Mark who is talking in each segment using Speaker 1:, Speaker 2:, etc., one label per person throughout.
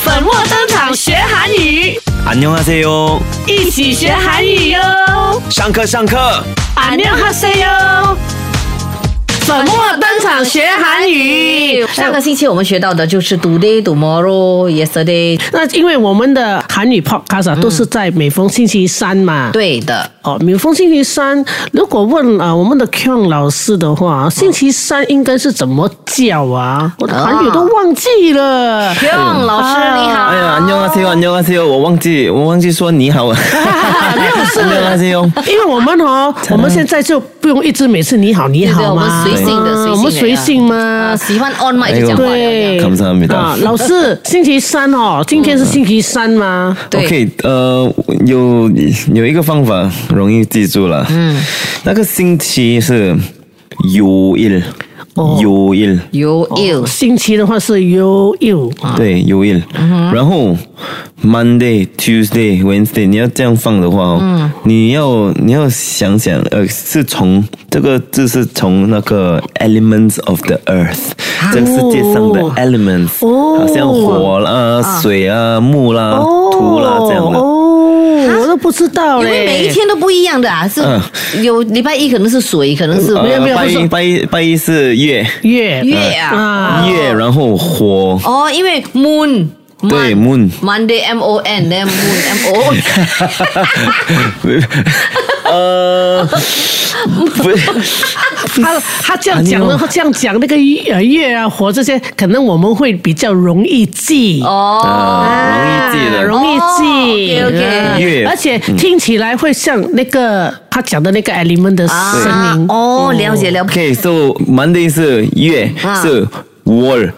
Speaker 1: 粉墨登场学韩语，
Speaker 2: 안녕하세요，
Speaker 1: 一起学韩语哟！
Speaker 2: 上课上课。
Speaker 1: 안녕하세요。粉墨登场学韩语。
Speaker 3: 上个星期我们学到的就是 today、tomorrow、yesterday。
Speaker 1: 那因为我们的韩语 podcast 啊、都是在每逢星期三嘛。。
Speaker 3: 对的，
Speaker 1: 哦，每逢星期三，如果问啊、呃我们的 Kang 老师的话，星期三应该是怎么叫啊？我的韩语都忘记了。
Speaker 3: 用老师你好。
Speaker 2: 哎呀，안녕하세요안녕하세요，我忘记我忘记说你好了。
Speaker 1: 没有事
Speaker 2: 안녕하세요。
Speaker 1: 因为我们 哦，我们现在就不用一直每次你好你好嘛，
Speaker 3: 对对我们随性的
Speaker 1: 啊
Speaker 3: 随性的呀
Speaker 1: 我们随性嘛
Speaker 3: 啊，。喜欢 on
Speaker 2: 哎
Speaker 3: mic 就讲话了。
Speaker 1: 对，
Speaker 2: 감사합니다
Speaker 1: 啊，老师，星期三哦，今天是星期三吗？
Speaker 3: 对
Speaker 2: OK，呃，有有一个方法容易记住了。嗯，那个星期是요일，
Speaker 1: 哦
Speaker 2: 요일，
Speaker 3: You
Speaker 2: 哦
Speaker 3: you
Speaker 1: 星期的话是 you you
Speaker 2: 对요일。然
Speaker 1: 嗯
Speaker 2: 后 Monday、Tuesday、Wednesday，你要这样放的话哦，
Speaker 1: 嗯
Speaker 2: 你要你要想想，呃，是从这个字是从那个 Elements of the Earth，这个世界上的
Speaker 1: 啊哦
Speaker 2: Elements，
Speaker 1: 哦
Speaker 2: 好像火啦、水啊、木啦、
Speaker 1: 哦
Speaker 2: 土啦这样的。
Speaker 1: 哦，我都不知道
Speaker 3: 因
Speaker 1: 嘞。
Speaker 3: 为每一天都不一样的啊，是有礼拜一可能是水，可能是
Speaker 2: 嗯呃
Speaker 1: 有没有
Speaker 2: 拜
Speaker 1: 不
Speaker 2: 一
Speaker 1: 是
Speaker 2: 拜一拜一是月
Speaker 1: 月
Speaker 3: 月啊。
Speaker 1: 啊，
Speaker 2: 月，然后火，
Speaker 3: 哦，因为 moon。
Speaker 2: 对 moon
Speaker 3: Monday M O N 呢 Moon M O
Speaker 2: 呃，不是，
Speaker 1: 他他这样讲
Speaker 2: 哎
Speaker 1: 的，
Speaker 2: 呦
Speaker 1: 他这样讲那个呃月啊火这些，可能我们会比较容易记。
Speaker 3: 哦，
Speaker 2: 呃啊容易记
Speaker 1: 啊
Speaker 2: 的，
Speaker 1: 容易记。啊
Speaker 3: 哦，OK，OK
Speaker 2: 月嗯
Speaker 1: 而且听起来会像那个他讲的那个 element 的声
Speaker 3: 啊
Speaker 1: 音。
Speaker 3: 哦，了解了解，
Speaker 2: OK，so Monday 是月，
Speaker 3: 啊
Speaker 2: 是 wall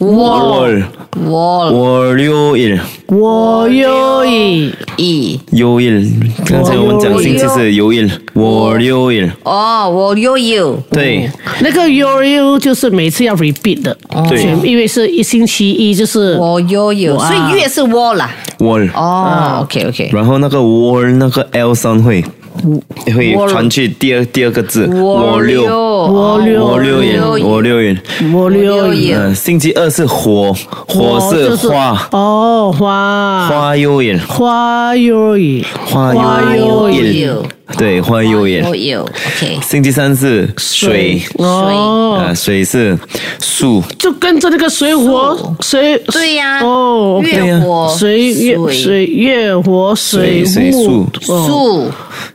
Speaker 2: wall
Speaker 3: 我
Speaker 2: wall 六日
Speaker 1: 我有意，
Speaker 3: 一
Speaker 2: 优日，刚才我们讲星期是优日 wall 六日，
Speaker 3: 哦，我又有
Speaker 2: 对
Speaker 1: 那个 your you 就是每次要 repeat 的，
Speaker 2: 哦对
Speaker 1: 全因为是一星期一就是
Speaker 3: 我又有，
Speaker 1: 哇
Speaker 2: 啊
Speaker 3: 所以月是 wall 啦。
Speaker 2: wall，
Speaker 3: 哦，OK OK，
Speaker 2: 然后那个 wall 那个 L 三会会传去第二第二个字 wall 六
Speaker 1: 我有
Speaker 2: wall 六日
Speaker 3: 六日
Speaker 2: wall 六日。
Speaker 1: 我有
Speaker 3: 我
Speaker 1: 意，
Speaker 3: 有
Speaker 2: 嗯，星期二是火，火
Speaker 1: 我
Speaker 2: 是
Speaker 1: 就是
Speaker 2: 花，
Speaker 1: 哦花
Speaker 2: 花悠眼，
Speaker 1: 花有意，
Speaker 2: 花悠
Speaker 3: 悠
Speaker 2: 眼
Speaker 3: 悠，
Speaker 2: 对，花悠眼
Speaker 3: 我。有 OK，
Speaker 2: 星期三是水，
Speaker 1: 哦
Speaker 2: 啊，，水是树，
Speaker 1: 就跟着那个水火水
Speaker 3: 对呀，
Speaker 1: 哦，OK
Speaker 2: 对呀
Speaker 3: 月火
Speaker 1: 水月水月火水
Speaker 2: 水
Speaker 1: 木
Speaker 2: 水
Speaker 1: 哦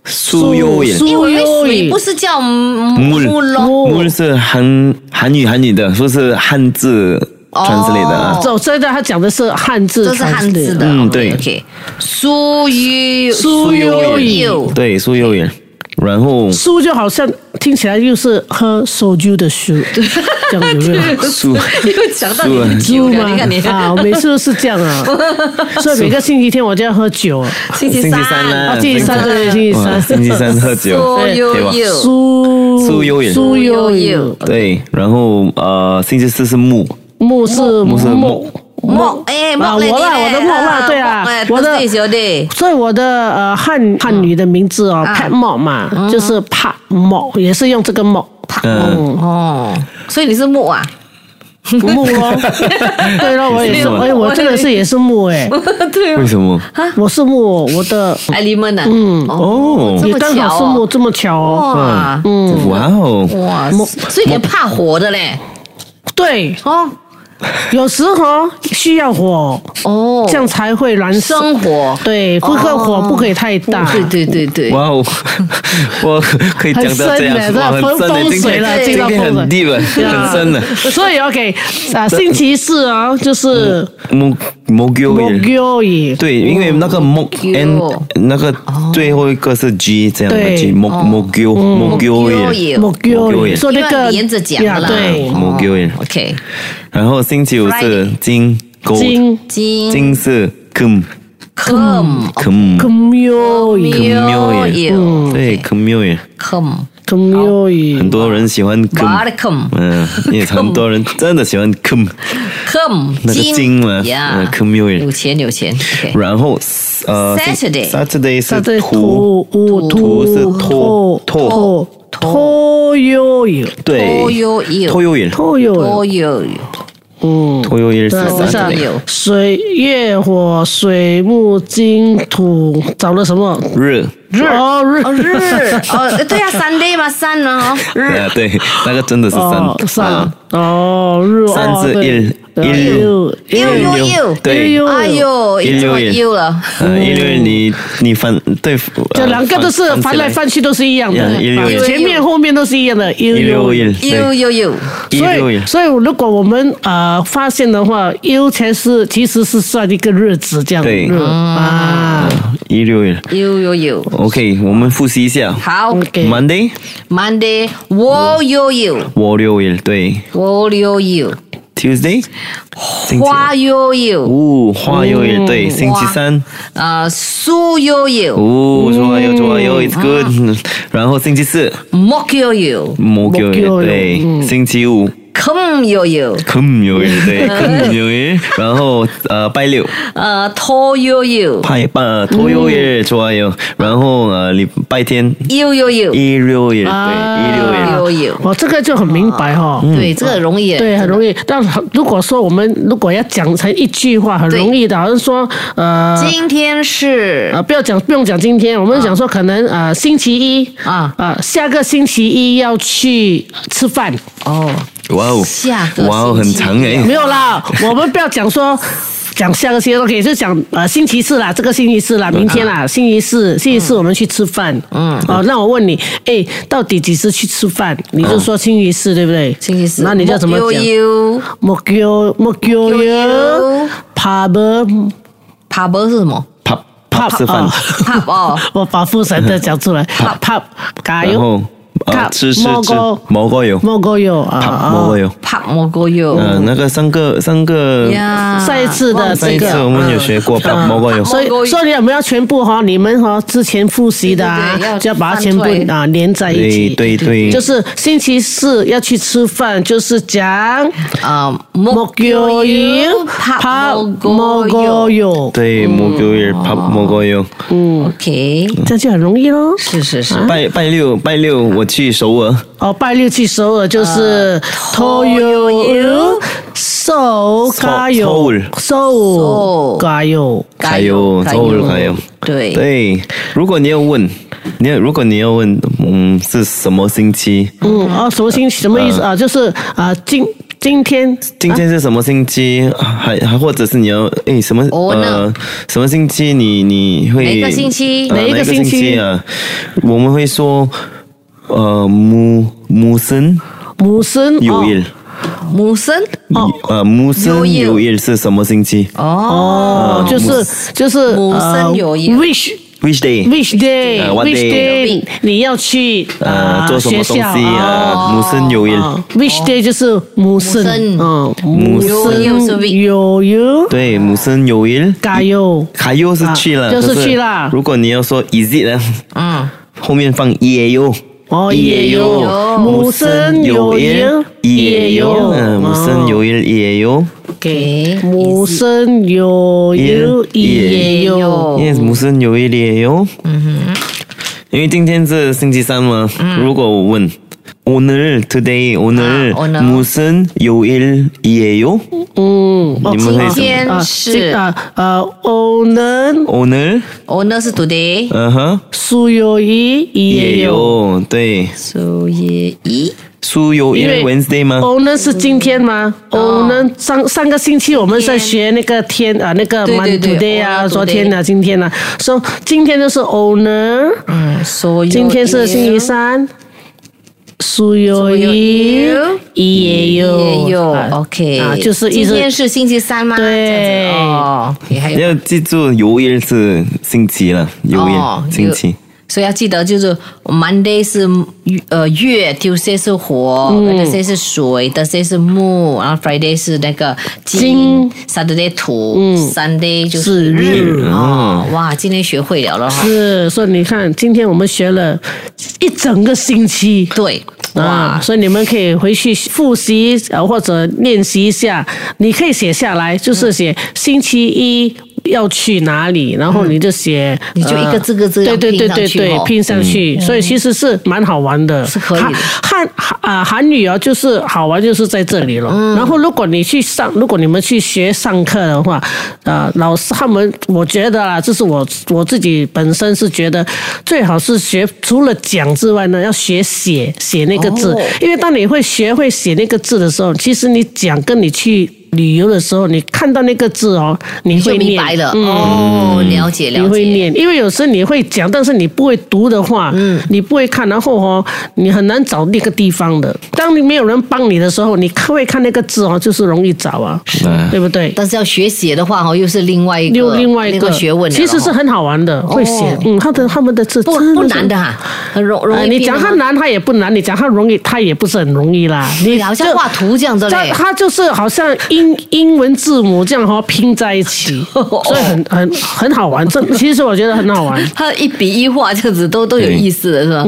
Speaker 3: 树，
Speaker 2: 树悠眼
Speaker 1: 树。
Speaker 3: 因为水
Speaker 1: 哟
Speaker 3: 不是叫
Speaker 2: 木
Speaker 3: 木木咯，
Speaker 2: 木是韩韩语韩语的，说是汉字
Speaker 3: 哦
Speaker 2: translate 的啊。
Speaker 1: 走，这段他讲的是汉字，
Speaker 3: 这是汉字的。
Speaker 2: 嗯对
Speaker 3: ，OK，苏悠
Speaker 1: 苏悠
Speaker 3: 悠
Speaker 2: 对，树悠眼。然后
Speaker 1: 书就好像听起来又是喝烧酒的书， 这样有没有？
Speaker 2: 树，
Speaker 3: 又 讲到你很
Speaker 1: 猪
Speaker 3: 久了，
Speaker 1: 吗
Speaker 3: 你看你？
Speaker 1: 啊，我每次都是这样 啊，所以每个星期天我就要喝酒啊，
Speaker 3: 星哦
Speaker 2: 星期三啦，哎
Speaker 1: 啊，星期三对，星期
Speaker 2: 哇
Speaker 1: 三，
Speaker 2: 星期三喝 酒
Speaker 3: 苏，悠
Speaker 2: 对
Speaker 3: 悠
Speaker 1: 苏
Speaker 2: 苏悠远
Speaker 1: 苏悠
Speaker 3: 哦苏
Speaker 1: 悠
Speaker 3: 悠，
Speaker 2: 对，然后呃，星期四是木，
Speaker 1: 木是木
Speaker 2: 是
Speaker 1: 木
Speaker 2: 木。
Speaker 3: 木哎木
Speaker 1: 啊
Speaker 3: 嘞
Speaker 1: 我啦
Speaker 3: 你嘞
Speaker 1: 我的木啦
Speaker 3: 啊
Speaker 1: 对啊
Speaker 3: 木哎
Speaker 1: 我的
Speaker 3: 不是小弟
Speaker 1: 所以我的呃汉汉语的名字哦
Speaker 3: 啊
Speaker 1: ，Pat Mok 嘛，就是帕 Mok，也是用这个 Mok
Speaker 2: 嗯，
Speaker 3: 哦，所以你是 木啊？
Speaker 1: 木咯。嗯对咯，我也是，
Speaker 2: 没
Speaker 1: 哎，
Speaker 2: 有
Speaker 1: 我真的是也是木 哎，
Speaker 3: 对
Speaker 2: 为什么？
Speaker 1: 我是木，我的
Speaker 3: ，element 啊，嗯
Speaker 2: 哦
Speaker 3: 这，
Speaker 1: 也
Speaker 3: 么
Speaker 1: 刚好
Speaker 3: 巧
Speaker 1: 是木，
Speaker 3: 哦，
Speaker 1: 这么巧哦。
Speaker 2: 哇
Speaker 3: 哇
Speaker 2: 哦，
Speaker 3: 哇，所以你怕火的嘞？
Speaker 1: 对，
Speaker 3: 哦
Speaker 1: 有时候需要火，
Speaker 3: 哦，
Speaker 1: 这样才会燃烧。
Speaker 3: 生火，哦
Speaker 1: 对，不可火不可以太大。
Speaker 3: 对对对对，
Speaker 2: 哇 哦，我可以讲到这样
Speaker 1: 哎很深，的
Speaker 2: 哇，
Speaker 1: 这
Speaker 2: 很深
Speaker 1: 风
Speaker 2: 的，今
Speaker 1: 水了
Speaker 2: 天
Speaker 1: 进
Speaker 2: 今
Speaker 1: 到
Speaker 2: 天
Speaker 1: 风水
Speaker 2: 很 deep，了
Speaker 1: 对啊
Speaker 2: 很深的。
Speaker 1: 所以 OK 啊，星期四啊，就是
Speaker 2: 木木
Speaker 1: 我
Speaker 2: 鸠也
Speaker 1: o 也
Speaker 2: 对，因为那个木
Speaker 3: 木
Speaker 2: n
Speaker 3: 鸠
Speaker 2: 那个最后一个是 g 这样的
Speaker 1: 哦对哦
Speaker 2: g 木木鸠木鸠
Speaker 3: 木
Speaker 2: 也，
Speaker 3: 鸠
Speaker 1: 我 o
Speaker 2: 我
Speaker 1: 也，
Speaker 2: 也
Speaker 1: 说那
Speaker 3: 因
Speaker 1: 个
Speaker 3: 为连着讲
Speaker 1: 呀
Speaker 3: 啦，
Speaker 1: 对
Speaker 2: 嗯，木鸠也。
Speaker 3: OK，
Speaker 2: 然后星期五是
Speaker 3: Friday
Speaker 2: 金 gold，
Speaker 1: 金
Speaker 3: 金
Speaker 2: 金是 cum
Speaker 1: 嗯
Speaker 3: come
Speaker 2: cum
Speaker 1: commute
Speaker 2: cum 哦也，
Speaker 1: 嗯
Speaker 3: you
Speaker 2: 对 cum 也，
Speaker 3: come
Speaker 1: commute
Speaker 2: 很多人喜欢 cum，
Speaker 3: welcome
Speaker 2: 嗯，也很多人真的喜欢 cum。
Speaker 3: come
Speaker 2: 那个金嘛
Speaker 3: 呀
Speaker 2: 嗯，commute
Speaker 3: 有钱有钱，OK，
Speaker 2: 然后呃
Speaker 3: Saturday
Speaker 2: Saturday
Speaker 1: 它
Speaker 2: 是
Speaker 1: 的
Speaker 2: 土，
Speaker 1: 土土
Speaker 2: 土是
Speaker 1: 土
Speaker 2: 托托
Speaker 1: 托 o 也
Speaker 2: 对，
Speaker 3: 托悠悠
Speaker 2: 托悠远，
Speaker 3: 哦
Speaker 1: 托有
Speaker 3: 多有
Speaker 1: 嗯，
Speaker 2: 토요일
Speaker 1: 对，我
Speaker 2: 사사데이
Speaker 1: 想
Speaker 3: 有
Speaker 1: 水月火水木金土找了什么？
Speaker 2: 日
Speaker 1: 日哦日
Speaker 3: 哦，日哦，对啊，Sunday 嘛，Sun 嘛，哦，日
Speaker 2: 啊对那个真的是
Speaker 1: 哦
Speaker 2: 三
Speaker 1: 三
Speaker 2: 啊
Speaker 1: 哦日哦
Speaker 2: 三至一
Speaker 1: 对
Speaker 2: 一
Speaker 1: 对
Speaker 3: 一
Speaker 1: 一
Speaker 3: 六六
Speaker 2: 对
Speaker 1: 一六
Speaker 3: 哎呦，
Speaker 2: 一
Speaker 3: 一
Speaker 2: 六
Speaker 3: 六
Speaker 2: 一
Speaker 3: 又了，
Speaker 2: 呃一六一你你翻对呃
Speaker 1: 这两个都是翻来翻去都是一样的，
Speaker 2: 嗯一六
Speaker 1: 啊
Speaker 2: 一
Speaker 1: 前面后面都是一样的，一
Speaker 2: 一六一
Speaker 3: 又又又，
Speaker 2: 一
Speaker 1: 所
Speaker 2: 六一
Speaker 1: 以，所以如果我们呃发现的话，优才是其实是算一个日子这样
Speaker 2: 对
Speaker 1: 日啊。
Speaker 2: 一六一
Speaker 3: 又又又，
Speaker 2: OK 我们复习一下
Speaker 3: 好
Speaker 1: OK，
Speaker 2: Monday
Speaker 3: ，Monday 我又又，
Speaker 2: 我六一对
Speaker 3: 我又又，
Speaker 2: Tuesday 星期
Speaker 3: 花又又，
Speaker 2: 五花六一
Speaker 3: 嗯
Speaker 2: 对星期三
Speaker 3: 啊，树又又，
Speaker 2: 五左右左右 It's good 然后星期四
Speaker 3: 木又又，
Speaker 2: 木九一
Speaker 1: 木九一
Speaker 2: 对星期五
Speaker 3: 坑又又，
Speaker 2: 금요일对 금요일 아, 然后呃拜六
Speaker 3: 呃，拖又又，
Speaker 2: 拜拜토요일좋아요然后呃礼拜天
Speaker 3: 又又又，
Speaker 2: 一六一对一六一
Speaker 1: 啊
Speaker 3: 一六一
Speaker 1: 我这个就很明白
Speaker 2: 啊
Speaker 1: 哈。
Speaker 3: 对，这个容易，
Speaker 1: 对，很容易。但如果说我们如果要讲成一句话，很容易的，好像说呃
Speaker 3: 今天是
Speaker 1: 啊，不要讲，不用讲今天，我们讲说可能呃星期一
Speaker 3: 啊
Speaker 1: 啊，下个星期一要去吃饭，
Speaker 3: 哦，
Speaker 2: 哇哦，
Speaker 3: 下个
Speaker 2: 哇哦，
Speaker 3: 星
Speaker 2: 很
Speaker 3: 期
Speaker 2: 长哎、
Speaker 1: 没有啦，我们不要讲说。讲下个星期都可以，就讲呃星期四啦，这个星期四啦，明天啦，星期四，星期四我们去吃饭。啊嗯，哦，那我问你，哎，到底几时去吃饭？你就说星期四，对不对？
Speaker 3: 星期四，
Speaker 1: 那你就怎么
Speaker 3: 木
Speaker 1: 讲？
Speaker 3: 又又，
Speaker 1: 木叫木叫哟
Speaker 3: 哟，
Speaker 1: 帕伯
Speaker 3: 塔博是什么？
Speaker 2: 啪啪吃饭
Speaker 1: 啊，
Speaker 3: 塔哦。
Speaker 1: 我把复神的讲出来，帕帕加
Speaker 2: 然
Speaker 1: 油，
Speaker 2: 后呃
Speaker 1: 看
Speaker 2: 吃吃
Speaker 1: 蘑
Speaker 2: 吃
Speaker 1: 菇
Speaker 2: 蘑菇油，
Speaker 1: 莫过哟啊
Speaker 2: 啪
Speaker 1: 啊！
Speaker 2: 蘑菇油，
Speaker 3: 밥 먹어요.
Speaker 2: 嗯，那个三个三个，
Speaker 3: 呀，
Speaker 1: 上一次的
Speaker 2: 上一
Speaker 1: 这
Speaker 2: 次
Speaker 1: 个
Speaker 2: 我们有学过啪蘑菇
Speaker 3: 哦
Speaker 2: 油，
Speaker 1: 所以，所以你们要全部哈，你们哈之前复习的啊
Speaker 3: 对对，对
Speaker 1: 就要把它
Speaker 3: 翻
Speaker 1: 全部
Speaker 3: 出来
Speaker 1: 啊连在一
Speaker 2: 对
Speaker 1: 起。
Speaker 2: 对对，
Speaker 1: 就是星期四要去吃饭，就是讲
Speaker 3: 啊，
Speaker 1: 木椒油、
Speaker 3: 밥
Speaker 1: 蘑菇
Speaker 3: 먹어요.
Speaker 1: 油，
Speaker 2: 对蘑菇油啪蘑菇油。
Speaker 3: OK，
Speaker 1: 这样就很容易喽。
Speaker 3: 是是是，
Speaker 2: 拜拜六拜六我去首尔，
Speaker 1: 哦，拜六去首尔就是
Speaker 3: 토
Speaker 1: 토요
Speaker 3: 요
Speaker 1: 일，首加油
Speaker 2: 서울 ，
Speaker 1: 首
Speaker 3: 서
Speaker 1: 加油。
Speaker 2: 加油首尔加油。
Speaker 3: 对
Speaker 2: 对，如果你要问，你要如果你要问，嗯，是什么星期？
Speaker 1: 嗯，哦，什么星什么意
Speaker 2: 呃
Speaker 1: 思啊？就是啊，今今天
Speaker 2: 今天是什么星期？还还或者是你要诶什么
Speaker 3: 哦那
Speaker 2: 呃什么星期你你会
Speaker 3: 哪一个星期
Speaker 2: 呃
Speaker 1: 哪一个
Speaker 2: 哪一个
Speaker 1: 星
Speaker 2: 星
Speaker 1: 期
Speaker 2: 期啊？我们会说呃母母森
Speaker 1: 母哦生
Speaker 2: 有日
Speaker 3: 母生
Speaker 1: 哦
Speaker 2: 呃母森有日是什么星期
Speaker 3: 哦，
Speaker 2: 아,
Speaker 1: 哦， 어, 就是就是
Speaker 3: 母
Speaker 1: 呃
Speaker 3: 生有一
Speaker 1: wish
Speaker 2: ？Which day？
Speaker 1: Which day?
Speaker 2: Uh, what
Speaker 1: which
Speaker 2: day?
Speaker 1: day? 你要去
Speaker 2: 呃，做什么
Speaker 1: 学
Speaker 2: 东西
Speaker 1: 校
Speaker 2: 啊？母森有日，
Speaker 1: 啊？Which day 就是母生
Speaker 3: 母生
Speaker 1: 啊，母
Speaker 3: 有是
Speaker 1: 生
Speaker 3: week
Speaker 1: 有有
Speaker 2: 对，母森有日。
Speaker 1: 加油！
Speaker 2: 卡又是去了，
Speaker 1: 啊就是
Speaker 2: 可
Speaker 1: 去了
Speaker 2: 如果你要说 is it 呢，
Speaker 3: 嗯，
Speaker 2: 后面放 e a u。
Speaker 1: 哦，也有母生有有
Speaker 2: 也有，嗯，母生有人也有，
Speaker 1: 给母生有有也有，
Speaker 2: 因为母生有人也有。嗯因为今天是星期三嘛，如果我问오늘 today 오늘
Speaker 3: 아, 오늘.
Speaker 2: 무슨요일이에요？ 음,
Speaker 1: 嗯，
Speaker 2: 你们会什
Speaker 3: 今
Speaker 2: 么？
Speaker 3: 天
Speaker 1: 啊
Speaker 3: 是
Speaker 1: 啊呃，我能
Speaker 2: 오늘
Speaker 3: 哦，那是 today，
Speaker 2: 嗯哼
Speaker 1: 素有一也
Speaker 2: 也
Speaker 1: 有。
Speaker 2: 有对，
Speaker 3: 所以一
Speaker 2: 네, 수요일
Speaker 1: 因为
Speaker 2: Wednesday
Speaker 3: 嗯
Speaker 2: 吗？
Speaker 1: 欧呢是今天吗？欧
Speaker 3: 哦
Speaker 1: 呢上上个星期我们在学那个天啊，那个
Speaker 3: 对
Speaker 1: Monday
Speaker 3: 对对
Speaker 1: today 啊，
Speaker 3: owner
Speaker 1: 昨天啊，今天啊，说今天就是欧呢，
Speaker 3: 嗯，所以
Speaker 1: 今天是星期三，苏有一也有
Speaker 3: 也有
Speaker 1: 啊
Speaker 3: OK
Speaker 1: 啊，就是意
Speaker 3: 今
Speaker 1: 思
Speaker 3: 天是星期三吗？
Speaker 1: 对
Speaker 3: 这样子哦，你还有
Speaker 2: 要记住요일是星期了，요일
Speaker 3: 哦
Speaker 2: 星期。
Speaker 3: 所以要记得，就是 Monday 是呃月，Tuesday 是火、t
Speaker 1: 嗯
Speaker 3: h u r s d a y 是水，Thursday 是木，然后 Friday 是那个金，Saturday 土、s
Speaker 1: 嗯
Speaker 3: u n d a y 就是是
Speaker 1: 日
Speaker 3: 哦。
Speaker 2: 嗯
Speaker 3: 哇，今天学会了了哈。
Speaker 1: 是，所以你看，今天我们学了一整个星期。
Speaker 3: 对，
Speaker 1: 啊
Speaker 3: 哇，，
Speaker 1: 所以你们可以回去复习
Speaker 3: 嗯
Speaker 1: 呃或者练习一下，你可以写下来，就是写星期一要去哪里，然后你就写，
Speaker 3: 嗯你就一个字个字
Speaker 1: 对对
Speaker 3: 这
Speaker 1: 对
Speaker 3: 样
Speaker 1: 对
Speaker 3: 拼上去
Speaker 1: 对
Speaker 3: 哦，
Speaker 1: 拼上去，所以其实是蛮好玩的，
Speaker 3: 是可以的
Speaker 1: 汉汉啊韩语啊，就是好玩就是在这里了。
Speaker 3: 嗯
Speaker 1: 然后如果你去上，如果你们去学上课的话，呃，老师他们，我觉得啊，这是我我自己本身是觉得最好是学除了讲之外呢，要学写写那个字，
Speaker 3: 哦
Speaker 1: 因为当你会学会写那个字的时候，其实你讲跟你去。旅游的时候，你看到那个字哦，你
Speaker 3: 就
Speaker 1: 会
Speaker 3: 明
Speaker 1: 念嗯
Speaker 3: 白了。哦，了解
Speaker 1: 你
Speaker 3: 了
Speaker 1: 会
Speaker 3: 解。
Speaker 1: 念，因为有时你会讲，但是你不会读的话，嗯，你不会看，然后哦，你很难找那个地方的。当你没有人帮你的时候，你看会看那个字哦，就是容易找啊，
Speaker 2: 啊
Speaker 1: 对不对？
Speaker 3: 但是要学写的话，哦，又是另外一
Speaker 1: 另
Speaker 3: 个
Speaker 1: 另外一个
Speaker 3: 学问了哦。
Speaker 1: 其实是很好玩的，会写，嗯，他的他们的字
Speaker 3: 不
Speaker 1: 真
Speaker 3: 不
Speaker 1: 是
Speaker 3: 难的。哈，很容容
Speaker 1: 呃
Speaker 3: 易
Speaker 1: 你
Speaker 3: 拼
Speaker 1: 讲
Speaker 3: 的
Speaker 1: 它
Speaker 3: 吗
Speaker 1: 难，它也不难；你讲它容易，它也不是很容易啦。你
Speaker 3: 对啊好像
Speaker 1: 就
Speaker 3: 画图这样子
Speaker 1: 它
Speaker 3: 嘞
Speaker 1: 它就是好像英英文字母这样哈拼在一 起，
Speaker 3: 哦
Speaker 1: 所以很很很好玩。这其实我觉得很好玩。
Speaker 3: 他一笔一画这样子都都有意思的是吧？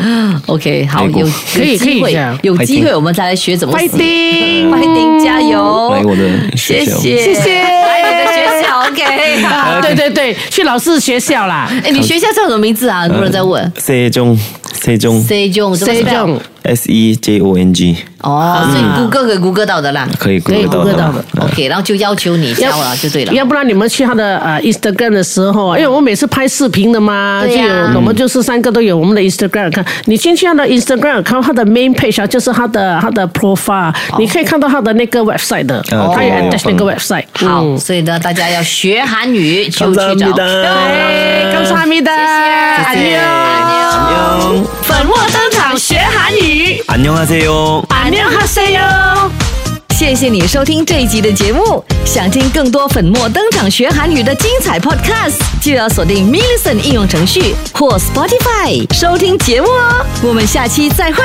Speaker 3: 嗯，OK，好，
Speaker 2: 美国
Speaker 3: 有
Speaker 1: 可以可
Speaker 3: 有
Speaker 1: 以
Speaker 3: 机
Speaker 1: 这样
Speaker 3: 会，有机
Speaker 2: 拜
Speaker 3: 会
Speaker 2: 登
Speaker 3: 我们再来学怎么
Speaker 1: 拜
Speaker 3: 写。
Speaker 1: 丁，
Speaker 3: 拜丁加油！
Speaker 2: 来我的学校
Speaker 3: 谢
Speaker 1: 谢
Speaker 3: 谢
Speaker 1: 谢
Speaker 3: 来你的学校，OK
Speaker 1: 啊，
Speaker 3: 好。
Speaker 1: 对对对，去老师学校啦。
Speaker 3: 哎，你学校叫什么名字啊？很多人在问。
Speaker 2: C 中 C 中
Speaker 3: C 中怎么
Speaker 1: C
Speaker 3: spell？
Speaker 1: 中
Speaker 2: S E J O N G
Speaker 3: 哦，所以谷歌可以谷歌到的啦。
Speaker 2: 嗯可以
Speaker 4: 哦
Speaker 1: 可以
Speaker 2: Google
Speaker 1: ，Google
Speaker 2: 到
Speaker 1: 到的
Speaker 3: OK，然后就要求你教
Speaker 1: 啊
Speaker 3: 了就对了。
Speaker 1: 要不然你们去他的呃 Instagram 的时候啊，因为我每次拍视频的嘛，
Speaker 3: 对
Speaker 1: 就
Speaker 3: 呀
Speaker 1: 有我们就是三个都有我们的 Instagram 看，你进去他的 Instagram 看他的 main page 啊，就是他的他的 profile，你可以看到他的那个 website 的，
Speaker 2: 哦
Speaker 1: 他有
Speaker 2: 哦
Speaker 1: attach 那个 website。嗯
Speaker 3: 好，所以呢，大家要学韩语就去找。
Speaker 1: 哎，感谢阿米的，安妞，
Speaker 3: 安妞。
Speaker 2: 안녕
Speaker 1: 粉墨登场学韩语，
Speaker 2: 안녕하세요
Speaker 1: 안녕하세요。
Speaker 4: 谢谢你收听这一集的节目。想听更多粉墨登场学韩语的精彩 podcast，就要锁定 m i l l i c e n t 应用程序或 Spotify 收听节目哦。我们下期再会。